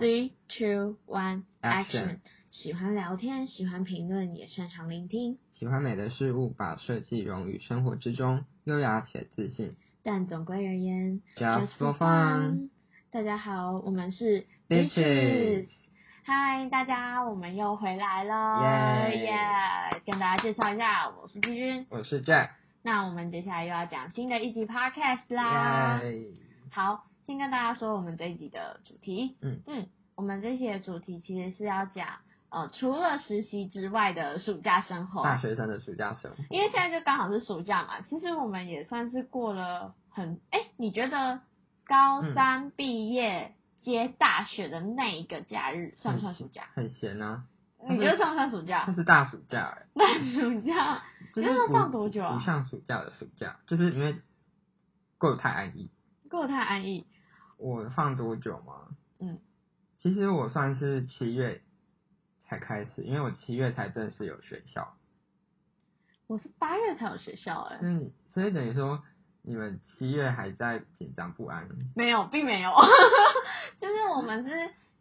Three, two, one, Action action！喜欢聊天，喜欢评论，也擅长聆听，喜欢美的事物，把设计融于生活之中，优雅且自信。但总归而言 Just for fun。大家好，我们是 Bitches 嗨，大家，我们又回来了，耶耶！跟大家介绍一下，我是季军。我是 Jack，那我们接下来又要讲新的一集 Podcast 啦。耶！好，先跟大家说我们这一集的主题。嗯嗯，我们这一集的主题其实是要讲呃，除了实习之外的暑假生活。大学生的暑假生活，因为现在就刚好是暑假嘛，其实我们也算是过了很哎，你觉得高嗯三毕业接大学的那一个假日算不算暑假？很闲嗯啊，你觉得算不算暑它假？是大暑假哎、那暑假就那要是不放多久啊不像暑假的暑假，就是因为过得太安逸。过得太安逸，我放多久吗？嗯，其实我算是七月才开始，因为我七月才正式有学校，我是八月才有学校哎、所以所以等于说你们七月还在紧张不安。没有，并没有， 就是我们是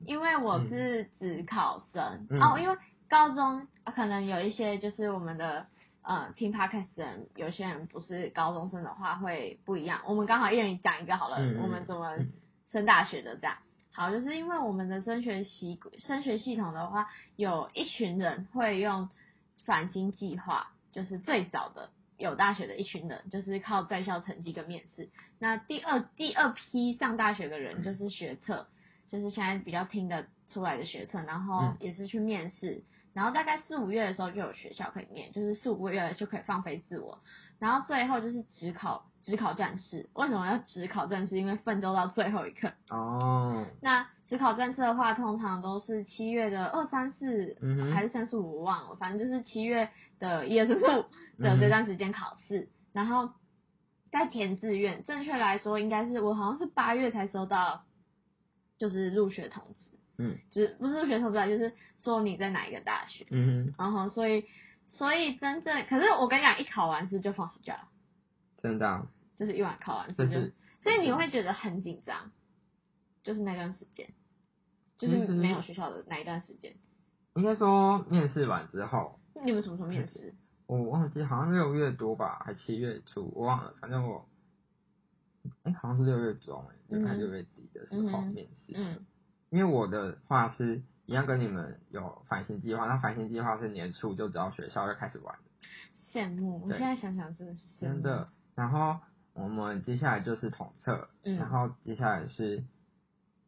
因为我是职考生、嗯哦，因为高中呃可能有一些就是我们的呃听 podcast 的人，有些人不是高中生的话会不一样。我们刚好一人讲一个好了，嗯嗯我们怎么嗯升大学的这样。好，就是因为我们的升学习升学系统的话，有一群人会用转型计划，就是最早的有大学的一群人，就是靠在校成绩跟面试。那第二第二批上大学的人就是学测，就是现在比较听得出来的学测，然后嗯也是去面试，然后大概四五月的时候就有学校可以念，就是四五月就可以放飞自我，然后最后就是职考职考战士。为什么要职考战士？因为奋斗到最后一刻。哦，那职考战士的话，通常都是七月的二三四嗯哼，还是三十五，我忘了，反正就是七月的一二三四嗯五的这段时间考试，然后再填志愿。正确来说，应该是我好像是八月才收到，就是入学通知，嗯，就是不是入学通知啊，就是说你在哪一个大学，嗯然后所以所以真正，可是我跟你讲，一考完试就放暑假了，哼，真的啊、就是一晚考完就试就是所以你会觉得很紧张，就是那段时间，就是嗯没有学校的那一段时间。应该说面试完之后，你们什么时候面 试？我忘记好像六月多吧，还七月初，我忘了，反正我，哎、好像是六月中、哎嗯哼还是六月底的时候嗯哼面试。嗯因为我的话是一样跟你们有繁星计划，那繁星计划是年初就知道学校要开始玩，，羡慕。我对现在想想真的是羡慕。真的。然后我们接下来就是统测，嗯然后接下来是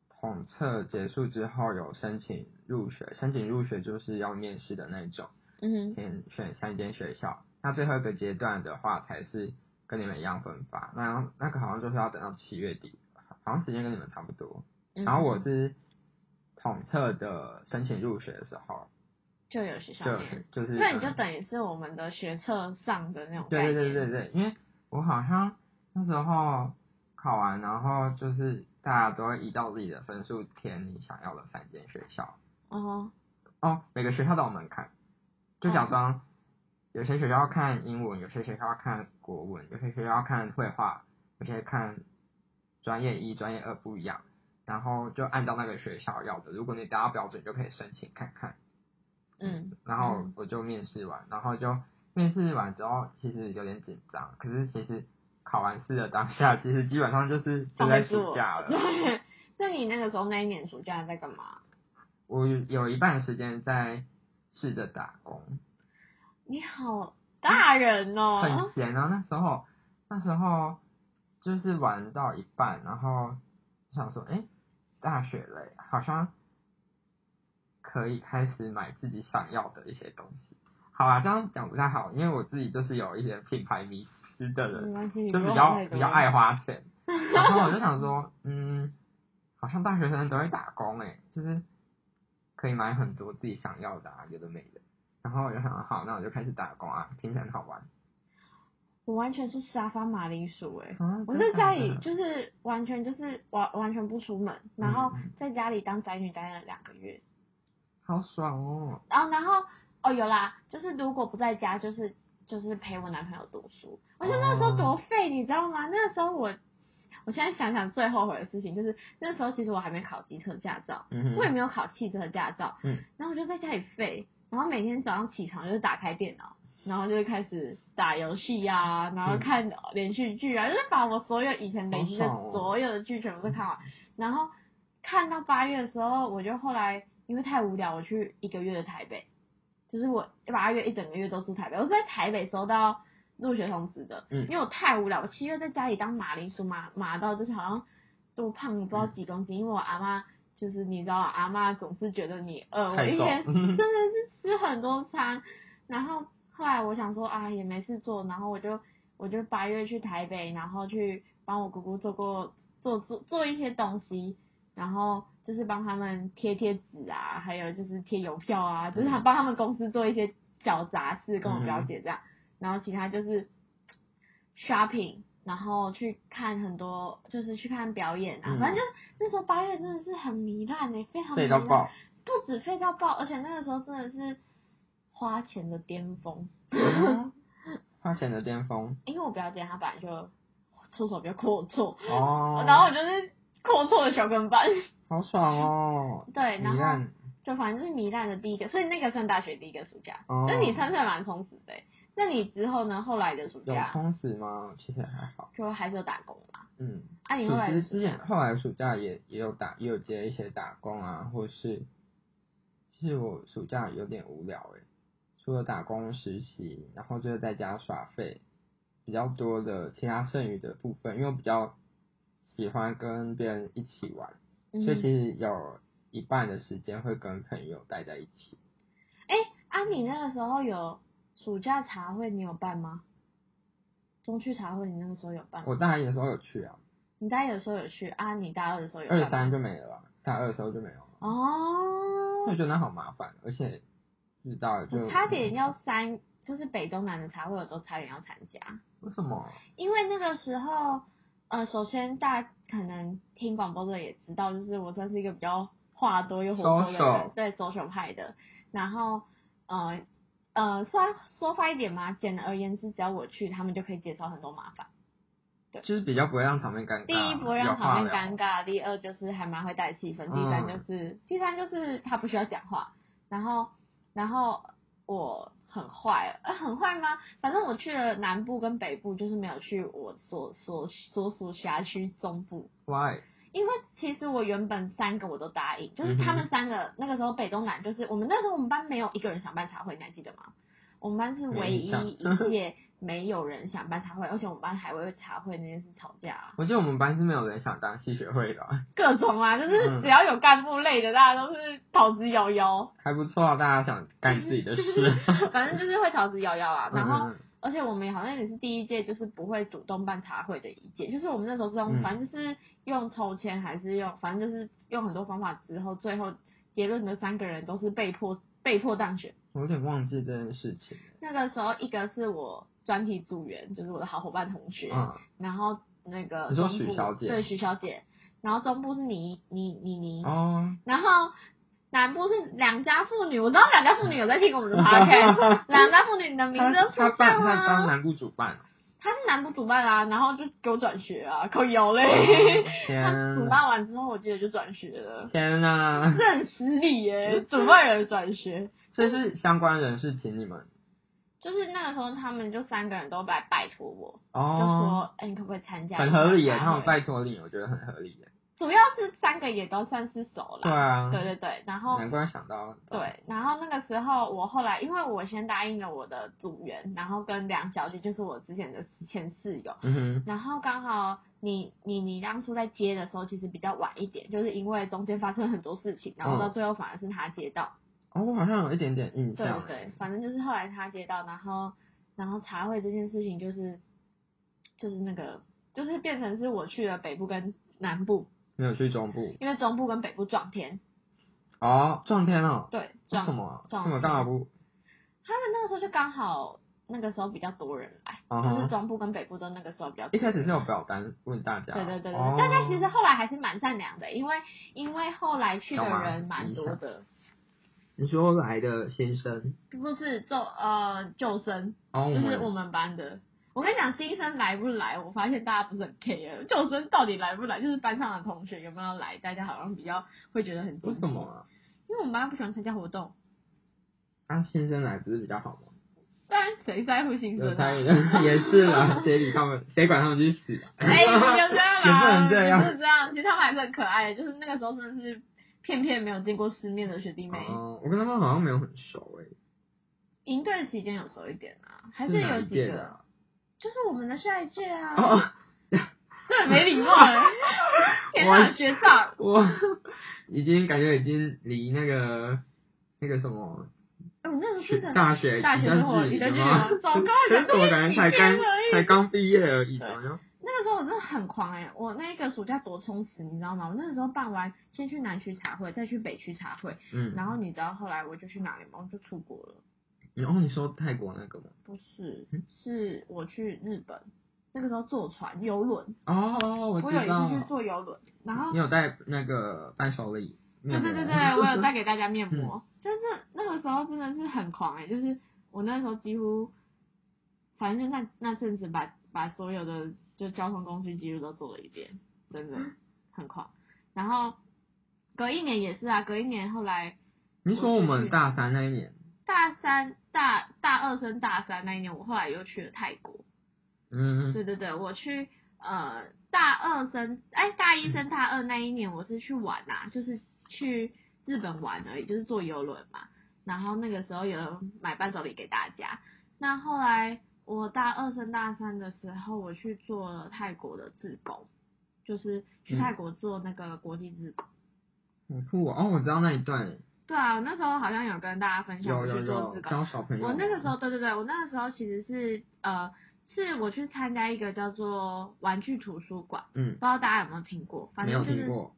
统测结束之后有申请入学，申请入学就是要面试的那种。嗯哼，先选三间学校，那最后一个阶段的话才是跟你们一样分发，那那个好像就是要等到七月底，好像时间跟你们差不多。嗯然后我是统测的申请入学的时候，就有学校就面，就是嗯那你就等于是我们的学测上的那种概念。对对对对对，因为我好像那时候考完，然后就是大家都会依照自己的分数填你想要的三间学校。哦，哦，每个学校都有门槛，就假装有些学校看英文，有些学校看国文，有些学校看绘画，有些看专业一、专业二不一样，然后就按照那个学校要的，如果你达到标准，就可以申请看看。嗯，然后嗯我就面试完，然后就面试完之后，其实有点紧张，可是其实考完试的当下，其实基本上就是就放在飞自暑我假。 了。对。那你那个时候那一年暑假在干嘛？我有一半时间在试着打工，你好大人很哦！闲啊。那时候，那时候就是玩到一半，然后想说，哎、大学嘞，好像可以开始买自己想要的一些东西。好啊，这样讲不太好，因为我自己就是有一些品牌迷失的人，没关系，嗯你就不比用较太多比较爱花 钱。然后我就想说，嗯，好像大学生都会打工诶、就是可以买很多自己想要的啊，有的没的。然后我就想，好，那我就开始打工啊，听起来很好玩。我完全是沙发马铃薯哎、啊我真是的家假里的就是完全就是完完全不出门，然后嗯在家里当宅女待了两个月，好爽哦，然后然后哦有啦，就是如果不在家，哦就是就是陪我男朋友读书。我觉得那时候多废，你知道吗？那时候我我现在想想最后悔的事情就是那时候其实我还没考机车驾照，嗯哼，我也没有考汽车驾照，嗯，然后我就在家里废，然后每天早上起床就是打开电脑，然后就是开始打游戏呀、然后看连续剧啊，就是把我所有以前累积的嗯好爽哦所有的剧全部都看完，然后看到八月的时候，我就后来因为太无聊，我去一个月的台北，就是我八月一整个月都住台北，我是在台北收到入学通知的，嗯因为我太无聊，我七月在家里当马铃薯马马到就是好像多胖不知嗯道几公斤，因为我阿妈就是你知道阿妈总是觉得你饿，我太嗯一重天真的是吃很多餐，然后后来我想说啊也没事做，然后我就我就八月去台北，然后去帮我姑姑做过做做做一些东西，然后就是帮他们贴贴纸啊，还有就是贴邮票嗯啊，就是他帮他们公司做一些小杂事，跟我表姐这嗯样。然后其他就是 shopping，然后去看很多，就是去看表演啊。嗯反正就是那时候八月真的是很糜烂呢，非常废糜到烂， 爆，不止废到爆，而且那个时候真的是花钱的巅峰。嗯花钱的巅峰因为我表姐她本来就出手比较阔绰，哦，然后我就是阔绰的小跟班。好爽哦，对，然你后看，就反正就是糜烂的第一个，所以那个算大学第一个暑假。哦那你算是蛮充实的欸。那你之后呢？后来的暑有假充实吗？其实还好，就还是有打工嘛？嗯，啊，你其后来的实暑之假前后来暑假也也有打，也有接一些打工啊，或是，其实我暑假有点无聊诶、除了打工实习，然后就是在家耍废比较多的，其他剩余的部分，因为我比较喜欢跟别人一起玩，嗯所以其实有一半的时间会跟朋友待在一起。哎、啊，你那个时候有暑假茶会，你有办吗？中区茶会，你那个时候有办吗？我大一的时候有去啊，你大一的时候有去啊？你大二的时候有二办吗？三就没了啊，大二的时候就没有了。我哦，觉得那好麻烦，而且遇到就我差点要三，就是北中南的茶会，我都差点要参加，为什么？因为那个时候，呃，首先大家可能听广播的也知道，就是我算是一个比较话多又活泼的人 Social 对 social 派的，然后呃呃，虽然说坏一点嘛，简而言之，只要我去，他们就可以减少很多麻烦。就是比较不会让场面尴尬，第一不会让场面尴尬，尬，第二就是还蛮会带气氛，第三嗯就是、第三就是他不需要讲话，然后然后我很坏，呃，很坏吗？反正我去了南部跟北部，就是没有去我所所所属辖区中部， Why？因为其实我原本三个我都答应，就是嗯哼他们三个、那个时候北中南，就是我们那时候我们班没有一个人想办茶会，你还记得吗？我们班是唯一没印一届没有人想办茶会，而且我们班还为茶会那件事吵架、啊。我记得我们班是没有人想当系学会的啊、各种啊，就是只要有干部类的，大家都是逃之夭夭，还不错啊，大家想干自己的事。 反正就是会逃之夭夭啊。 然后，嗯而且我们好像也是第一届，就是不会主动办茶会的一届，就是我们那时候是用，嗯反正就是用抽签，还是用，反正就是用很多方法之后，最后结论的三个人都是被迫被迫当选。我有点忘记这件事情。那个时候，一个是我专题组员，就是我的好伙伴同学，嗯，然后那个你说中部许小姐对许小姐，然后中部是你你你你哦，然后南部是两家妇女，我知道两家妇女有在听我们 的 podcast，两家妇女你的名字他都出他现办他当啦，南部主办 哦，他是南部主办啊，然后就给我转学啊，可有嘞，他主天办完之后我记得就转学了，天啊！这很失礼耶，主办人转学。所以是相关人士请你们就是那个时候，他们就三个人都来拜托我，就哦，说：“哎、你可不可以参加？”很合理耶，他们拜，拜托你，我觉得很合理耶。主要是三个也都算是熟对啦，啊，对对对。然后难怪想到对，然后那个时候我后来，因为我先答应了我的组员，然后跟梁小姐，就是我之前的前室友，嗯哼，然后刚好你你你当初在接的时候，其实比较晚一点，就是因为中间发生很多事情，然后嗯到最后反而是他接到，哦，我好像有一点点印对象欸对耶，对，反正就是后来他接到，然后然后茶会这件事情就是就是那个就是变成是我去了北部跟南部，没有去中部因为中部跟北部撞天，哦，撞天哦，对为撞什么？撞为什么干嘛不？他们那个时候就刚好那个时候比较多人来，嗯就是哼中部跟北部都那个时候比较一多人。开始是有表单问大家，对对对对，哦大家其实后来还是蛮善良的，因为因为后来去的干嘛人蛮多的，你说来的新生，不是就呃救生，哦，就是们我们班的，我跟你讲，新生来不来，我发现大家不是很 care，旧生到底来不来，就是班上的同学有没有来，大家好像比较会觉得很为惊什喜么。啊？因为我们班不喜欢参加活动，啊，新生来不是比较好吗？当然谁在乎新有生参与啊？的 也是啦，谁理他们？谁管他们去死啊？ 哎，你不要这样啦， 也不能这样也不是这样。其实他们还是很可爱的，就是那个时候真的是片片没有见过世面的学弟妹。哦，我跟他们好像没有很熟诶、营队的期间有熟一点啊，还是是哪有一几届的个，啊？就是我们的下一届啊， 哦，这很没礼 貌哎、天哪，我学长，我已经感觉已经离那个那个什么哎、我那时候学真的大学大学生活一你段的距离距离了吗吗？糟 糕，但是我感觉才几天而刚已才刚毕业而已，怎么就那个时候我真的很狂哎、我那个暑假多充实，你知道吗？我那个时候办完，先去南区茶会，再去北区茶会，嗯，然后你知道后来我就去哪里吗？我就出国了，然后你说泰国那个吗？不是，嗯是我去日本，那个时候坐船游轮，哦，我我有一知次去道，坐游轮，然后你有带那个伴手礼？对对对对， 我有带给大家面膜，就是那个时候真的是很狂哎、就是我那时候几乎，反正就那那阵子把把所有的就交通工具几乎都做了一遍，真的很狂。然后隔一年也是啊，隔一年后来你说我们大三那一年，大三大大二升大三那一年，我后来又去了泰国，嗯，对对对，我去呃大二升哎大一嗯升大二那一年，我是去玩呐、就是去日本玩而已，就是坐游轮嘛。然后那个时候有买伴手礼给大家。那后来我大二升大三的时候，我去做了泰国的志工，就是去嗯泰国做那个国际志工。好酷哦！哦，我知道那一段，对啊，那时候好像有跟大家分享有我有去做有志工，教小朋友。我那个时候，对对对，我那个时候其实是呃，是我去参加一个叫做玩具图书馆，嗯不知道大家有没有听过，反没有正就听是，过，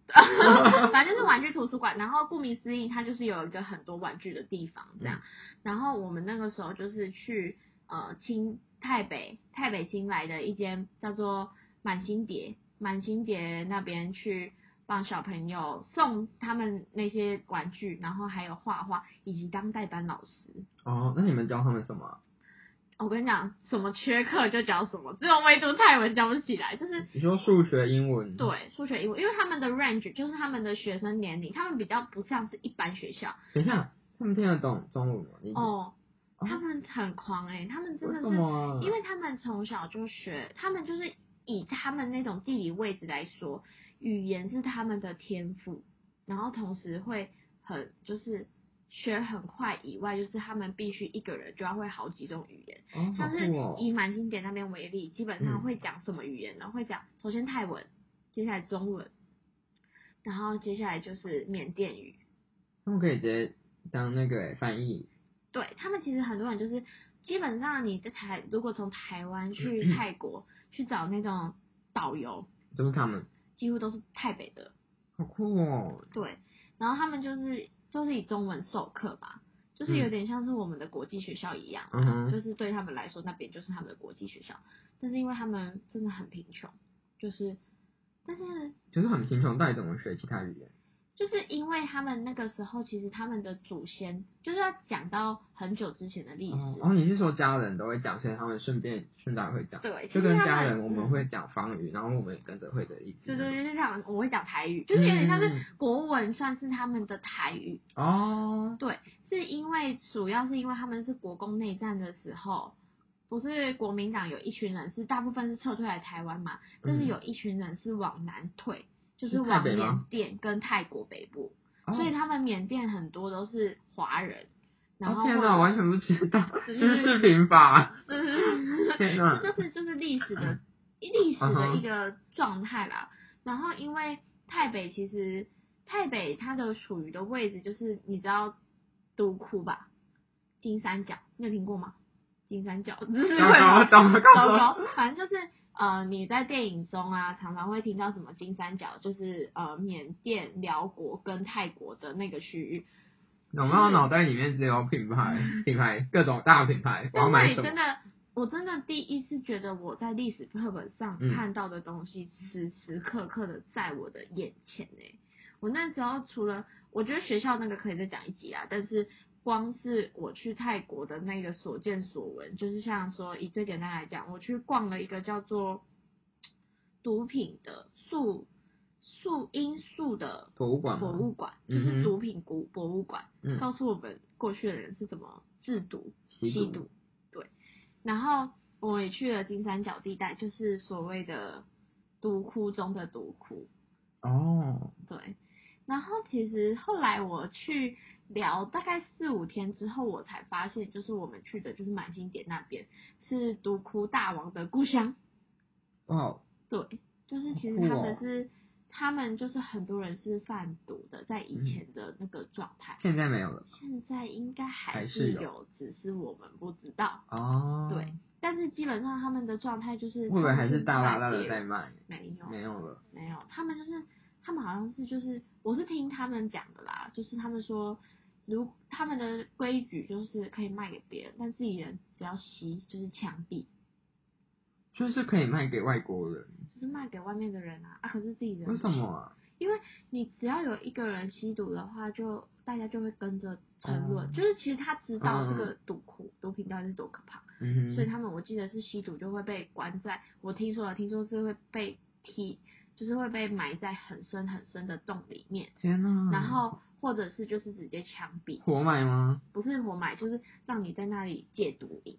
反正就是玩具图书馆。然后顾名思义，它就是有一个很多玩具的地方这样。嗯然后我们那个时候就是去呃清台北台北新来的一间叫做满星蝶满星蝶那边去。帮小朋友送他们那些玩具，然后还有画画，以及当代班老师。哦，那你们教他们什么啊？我跟你讲，什么缺课就讲什么，只有唯独泰文讲不起来，就是你说数学、英文，，对数学、英文，因为他们的 range 就是他们的学生年龄，他们比较不像是一般学校等一下，他们听得懂中文吗？你哦，他们很狂哎、他们真嗯为的什是，么啊？因为他们从小就学，他们就是以他们那种地理位置来说，语言是他们的天赋，然后同时会很就是学很快以外，就是他们必须一个人就要会好几种语言。哦，好像是酷哦！以满星点那边为例，基本嗯上会讲什么语言呢？会讲首先泰文，接下来中文，然后接下来就是缅甸语。他们可以直接当那个欸翻译，对他们其实很多人就是，基本上你在台如果从台湾嗯去泰国去找那种导游，就是他们，几乎都是泰北的。好酷哦！对，然后他们就是就是以中文授课嘛，就是有点像是我们的国际学校一样，嗯哼，就是对他们来说，那边就是他们的国际学校。但是因为他们真的很贫穷，就是，但是就是很贫穷，到底怎么学其他语言？就是因为他们那个时候，其实他们的祖先就是要讲到很久之前的历哦史，，哦，你是说家人都会讲，所以他们顺便顺带会讲，对，就其跟实他家们人我们。会讲方语，然后我们也跟着会的意思。对对对，就像我会讲台语，就是有点像是嗯国文，算是他们的台语，哦，是因为主要是因为他们是国共内战的时候，不是国民党有一群人是大部分是撤退来台湾嘛，但是嗯有一群人是往南退，就是是泰往北吗缅甸跟泰国北部，哦所以他们缅甸很多都是华人，然哦后天或哪，者完全不知道，对知对识贫乏，天哪嗯这就是就是历史的历史的一个状态啦。然后因为台北其实台北它的属于的位置就是你知道独窟吧，金三角，你有听过吗？金三角，你是糟会吗糕糟 糕糟糕，反正就是呃，你在电影中啊，常常会听到什么金三角，就是呃缅甸、辽国跟泰国的那个区域。有没有脑袋里面只有品牌、品牌各种大品牌，我要但买我什么嗯真？的，我真的第一次觉得我在历史课本上嗯看到的东西，时时刻刻的在我的欸眼前呢、我那时候除了我觉得学校那个可以再讲一集啊，但是光是我去泰国的那个所见所闻，就是像说以最简单来讲，我去逛了一个叫做毒品的树树因树的博物馆博吗？物馆，就嗯哼是毒品古博物馆，嗯告诉我们过去的人是怎么制毒、吸毒毒。对，然后我也去了金三角地带，就是所谓的毒窟中的毒窟。哦，对，然后其实后来我去聊大概四五天之后，我才发现，就是我们去的就是满星点那边，是毒窟大王的故乡。哇哦，对，就是其实好酷他们哦是、他们就是很多人是贩毒的，在以前的那个状态，现在没有了现在应该还还是是有，有只是我们不知道。哦。对，但是基本上他们的状态就是，我以为还是大拉拉拉拉的在卖，没有没有了。没有，他们就是他们好像是就是我是听他们讲的啦，就是他们说如他们的规矩就是可以卖给别人，但自己人只要吸就是枪毙，就是可以卖给外国人，就是卖给外面的人啊啊！ 可是自己人为什么啊？你只要有一个人吸毒的话，就大家就会跟着沉沦，哦就是其实他知道嗯这个毒苦、毒品到底是多可怕，嗯所以哼，他们我记得是吸毒就会被关在，我听说的听说是会被踢，就是会被埋在很深很深的洞里面。天哪！然后或者是就是直接枪毙，活买吗？不是活埋，就是让你在那里戒毒瘾。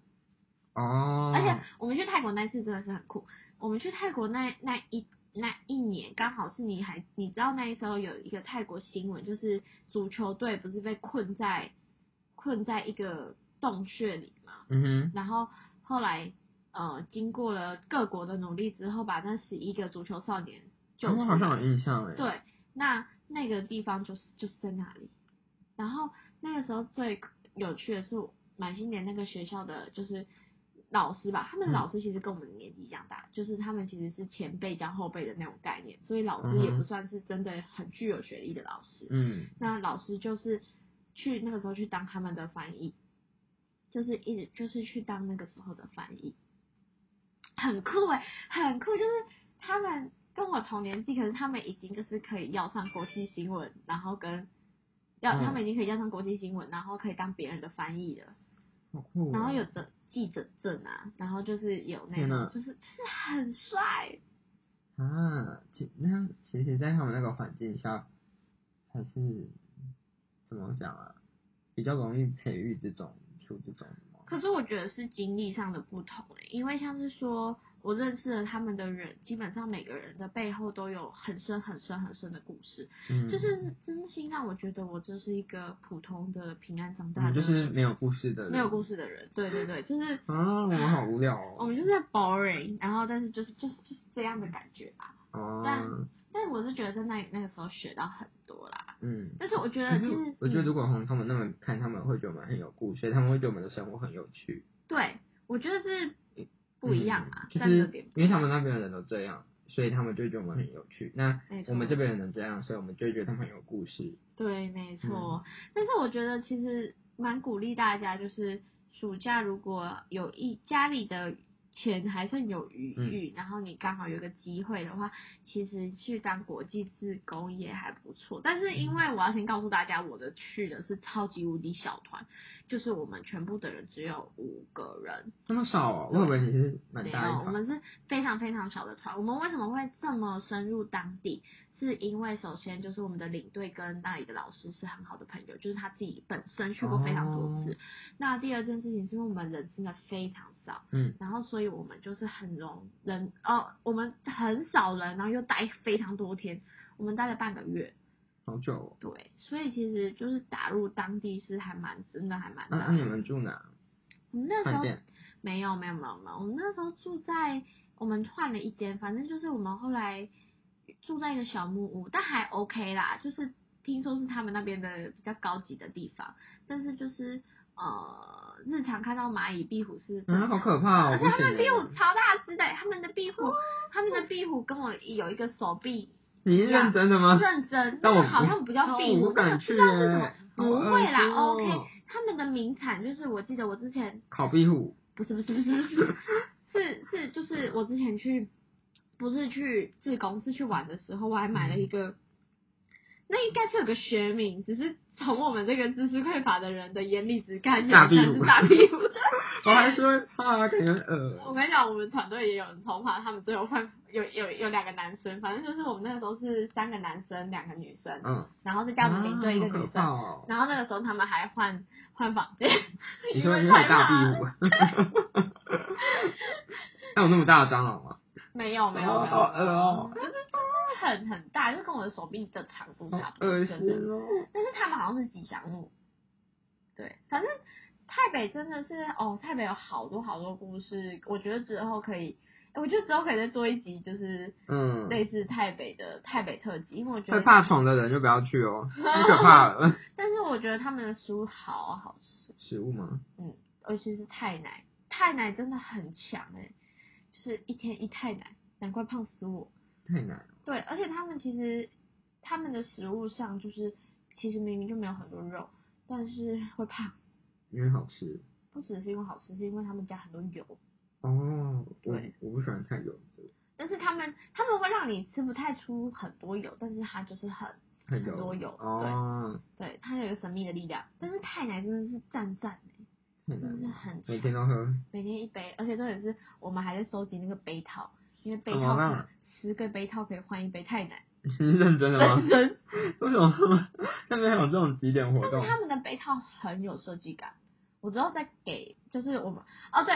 哦，而且我们去泰国那次真的是很酷，我们去泰国那那一。那一年刚好是你还你知道那时候有一个泰国新闻，就是足球队不是被困在困在一个洞穴里嘛，嗯哼，然后后来呃经过了各国的努力之后，把那十一个足球少年救出我来。哦好像有印象哎。，对，那那个地方就是就是在那里。然后那个时候最有趣的是满星年那个学校的就是老师吧，他们的老师其实跟我们年纪一样嗯大，就是他们其实是前辈加后辈的那种概念，所以老师也嗯哼不算是真的很具有学历的老师。嗯，那老师就是去那个时候去当他们的翻译，就是一直就是去当那个时候的翻译，很酷哎、很酷！就是他们跟我同年纪，可是他们已经就是可以要上国际新闻，然后跟要、嗯他们已经可以要上国际新闻，然后可以当别人的翻译了，好酷哦。然后有的记者证啊，然后就是有那天种哪就是是很帅，啊，其那其实，在他们那个环境下，还是怎么讲啊，比较容易培育这种出这种的嘛可是我觉得是经历上的不同、欸、因为像是说我认识了他们的人，基本上每个人的背后都有很深很深很深的故事，嗯，就是真心让我觉得我就是一个普通的平安长我大们的，嗯就是没有故事的人，没有故事的人。对对对，就是啊，我们好无聊我哦。们就是 boring，然后但是就是就是就是这样的感觉吧。但哦，但我是觉得在那那个时候学到很多啦，嗯。但是我觉可得其实是我觉得，嗯如果从他们那么看，他们会觉得我们很有故事，他们会觉得我们的生活很有趣，对我觉得是不一样啊，嗯就在那是边不因一为样他们那边的人都这样，所以他们就觉得我们很有趣。那没错我们这边的人这样，所以我们就会觉得他们很有故事。对，没错。但是我觉得其实蛮鼓励大家，就是暑假如果有一家里的钱还算有余裕，然后你刚好有个机会的话，其实去当国际自工也还不错。但是因为我要先告诉大家，我的去的是超级无敌小团，就是我们全部的人只有五个人，这么少哦，我以为你是蛮没大有，一哦我团。们是非常非常小的团。我们为什么会这么深入当地？是因为首先就是我们的领队跟那里的老师是很好的朋友，就是他自己本身去过非常多次。哦那第二件事情是因为我们人真的非常少，嗯，然后所以我们就是很容人哦，我们很少人，然后又待非常多天，我们待了半个月。好久哦。对，所以其实就是打入当地是还蛮真的还蛮那、大那、的。你们住哪？我们那时饭候店？没有没有没有没有，我们那时候住在我们换了一间，反正就是我们后来住在一个小木屋，但还 OK 啦，就是听说是他们那边的比较高级的地方，但是就是呃，日常看到蚂蚁、壁虎是正嗯，常好可怕而哦！且他们壁虎我超大只的，他们的壁虎，他们的壁虎跟我有一个手臂你是认真的吗？认真，啊那但个我好像不叫那壁我虎，不那个敢不知去道是什么耶，。不好会啦恶心哦，OK。他们的名产就是，我记得我之前烤壁虎，不是不是不是 不是是是就是我之嗯前去不是去自贡是去玩的时候，我还买了一个、那应该是有个学名，只是从我们这个知识匮乏的人的眼里只看见大壁它虎是大壁 虎。我还是会怕，感觉很恶我跟你讲，我们团队也有人偷拍，他们最后会有有有两个男生，反正就是我们那个时候是三个男生，两个女生，嗯，然后再加我们领队一个啊好女可生。怕哦然后那个时候他们还换换房间， 你因说为你太怕很了大壁虎？ 那有那么大的蟑螂吗？没有没有没有，好恶哦就是它很很大，就跟我的手臂的长度差好不多，恶哦真的。心哦！但是他们好像是吉祥物。对，反正台北真的是哦，台北有好多好多故事，我觉得之后可以，诶我觉得之后可以再做一集，就是嗯，类似台北的台北特辑，因为我觉会得，怕虫的人就不要 去哦，太可怕了。但是我觉得他们的食物好好吃，食物吗？尤其是太奶，太奶真的很强哎、就是一天一太奶，难怪胖死我。太难了。对，而且他们其实他们的食物上就是，其实明明就没有很多肉，但是会胖。因为好吃不只是因为好吃，是因为他们加很多油，哦。我对我不喜欢太油的，但是他们他们会让你吃不太出很多油，但是它就是很很很多油油哦，对，它有一个神秘的力量。但是太奶真的是赞赞欸真太难的是了，很每强，天都喝。 每天一杯，而且重点是我们还在收集那个杯套，因为杯怎么套可了十个杯套可以换一杯太奶，你是认真的 吗认？真。为什么那边有这种几点活但动是？他们的杯套很有设计感，我之后再给，就是我们哦对，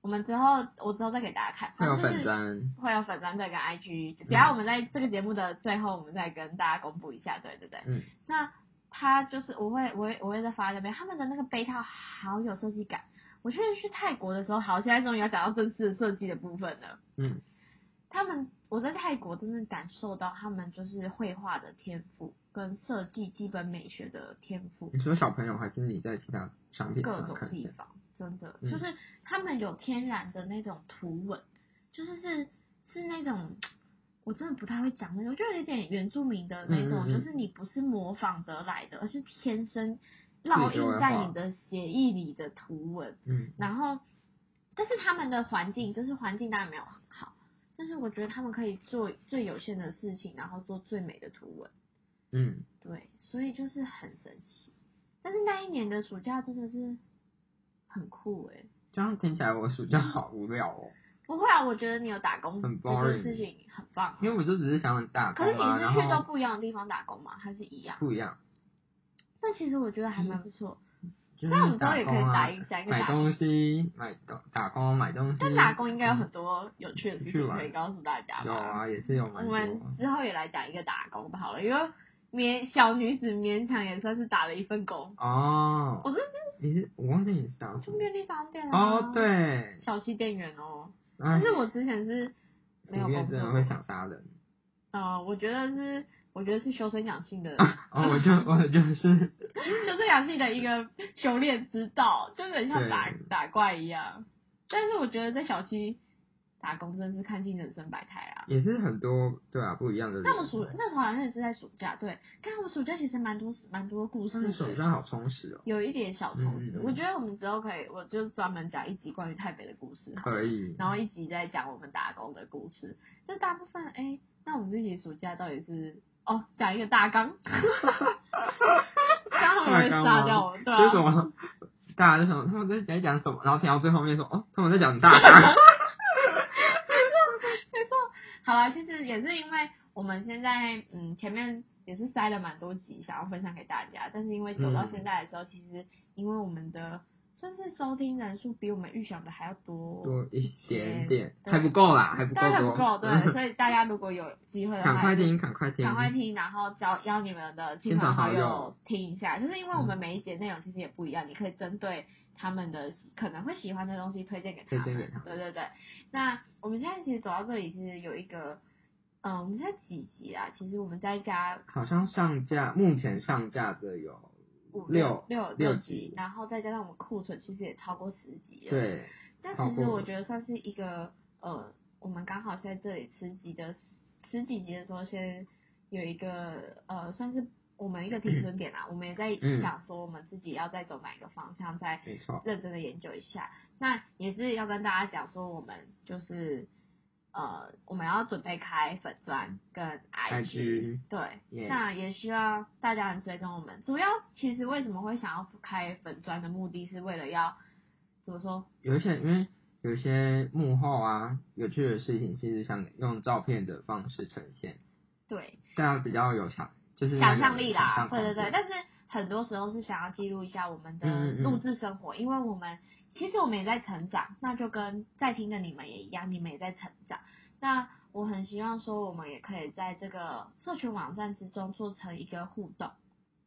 我们之后我之后再给大家看，会反有正就粉是。砖，会有粉砖对跟 IG，只嗯要我们在这个节目的最后，我们再跟大家公布一下，对对对。嗯。那他就是我会我会我会再发在那边，他们的那个杯套好有设计感。我确实去泰国的时候，好，现在终于要讲到正式的设计的部分了。嗯。他们我在泰国真的感受到他们就是绘画的天赋跟设计基本美学的天赋。你说小朋友还是你在其他商品各上种看地见？方，真的、嗯就是他们有天然的那种图文，就是是是那种我真的不太会讲那种，就有点原住民的那种，嗯嗯嗯就是你不是模仿得来的，而是天生烙自己就会印在画你的血液里的图文。嗯，然后，但是他们的环境就是环境当然没有很好，但是我觉得他们可以做最有限的事情，然后做最美的图文。嗯，对，所以就是很神奇。但是那一年的暑假真的是很酷诶、这样听起来我暑假好无聊哦，不会啊，我觉得你有打工很这件 boring 事情很棒啊、因为我就只是想打可是工你啊，是然去都后不一样的地方打工吗？还是一样？不一样，但其实我觉得还蛮不错。嗯就是那我们之后打也可以工打啊一，打一个买打工东，西，买东打工买东西，但打工应该有很多有趣的事去情玩可以告诉大家有吧？啊，也是有我蛮们多。啊之后也来讲一个打工的好了，因为勉小女子勉强也算是打了一份工，哦，我真你是我忘记你是打什就么便利商店啊，哦，，对，小西店员哦。哎但，是我之前是没有五月工作真的过，会想 杀人。呃，我觉得是，我觉得是修身养性的， 哦，我就我就是修身养性的一个修炼之道，就是很像打对打怪一样。但是我觉得在小七打工真是看尽人生百态啊。也是很多对啊不一样的人。那我们暑那时候好像也是在暑假，对，看我们暑假其实蛮多蛮多故但是事手的，上好充实哦，有一点小充实。嗯嗯嗯我觉得我们之后可以，我就专门讲一集关于台北的故事好了可以。然后一集在讲我们打工的故事。就大部分哎，那我们这集暑假到底是哦，讲一个大 纲，这样他们会杀掉我，对就是什啊。么，大家就想他们在在讲什么，然后听到最后面说哦，他们在 讲大纲。好了，其实也是因为我们现在嗯前面也是塞了蛮多集想要分享给大家，但是因为走到嗯现在的时候，其实因为我们的算是收听人数比我们预想的还要多，多一点点，对还不够啦，还不够当然还不够，多。对，所以大家如果有机会的话， 赶快听，赶快听，赶快听，然后邀邀你们的亲朋好友听一下，就是因为我们每一节内容其实也不一样，你可以针对他们的喜可能会喜欢的东西推荐给他们。推荐给他们对对对。那我们现在其实走到这里，其实有一个，嗯，我们现在几集啊？其实我们在加好像上架，目前上架的有五六六六集集，然后再加上我们库存其实也超过十集了。。对，但超其实过我了觉得算是一个呃，我们刚好在这里十集的十几集的时候，先有一个呃，算是我们一个停损点啦。我们也在嗯想说，我们自己要再走哪一个方向，再没错，认真的研究一下。那也是要跟大家讲说，我们就是呃，我们要准备开粉钻跟 IG 对 Yes 那也希望大家能追踪我们。主要其实为什么会想要开粉钻的目的是为了要怎么说？有一些因为有一些幕后啊有趣的事情，其实想用照片的方式呈现，对，这样比较有想就是想象力啦嗯想象，空对对间对。但是很多时候是想要记录一下我们的嗯嗯嗯录制生活，因为我们其实我们也在成长，那就跟在听的你们也一样，你们也在成长。那我很希望说，我们也可以在这个社群网站之中做成一个互动，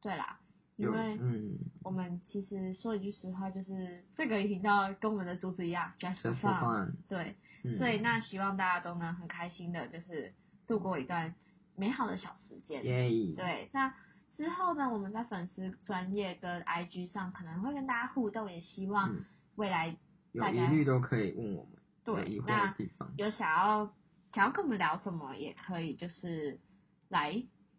对啦，因有为嗯，我们其实说一句实话，就是这个频道跟我们的主旨一样，just for 神父 fun，饭，对。嗯所以那希望大家都能很开心的，就是度过一段美好的小时间。耶，对，那之后呢，我们在粉丝专业跟 IG 上可能会跟大家互动，也希望嗯未来有大疑家虑都可以问我们，有对疑惑的那地方有想要想要跟我们聊什么，也可以就是来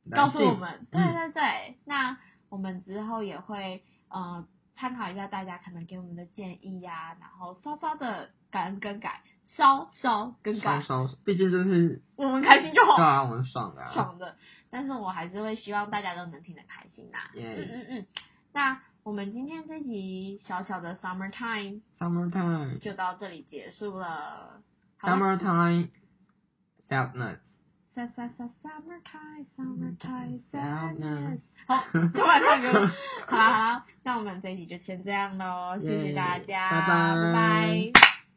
来告诉信我们。对嗯对对，那我们之后也会呃参考一下大家可能给我们的建议呀、然后稍稍的感恩更改，稍稍更改稍，稍，毕竟就是我们开心就好对。啊，我们爽的、啊，爽的，但是我还是会希望大家都能听得开心啦。耶嗯嗯嗯，那我们今天这集小小的 Summer Time ，summer time，就到这里结束了。好了 Summer time sadness， sa- sa- sa- Summer Time Summer Time Sadness Sadness。好，突然唱 歌。好啦好啦，那我们这一集就先这样喽，谢谢大家，耶拜拜拜拜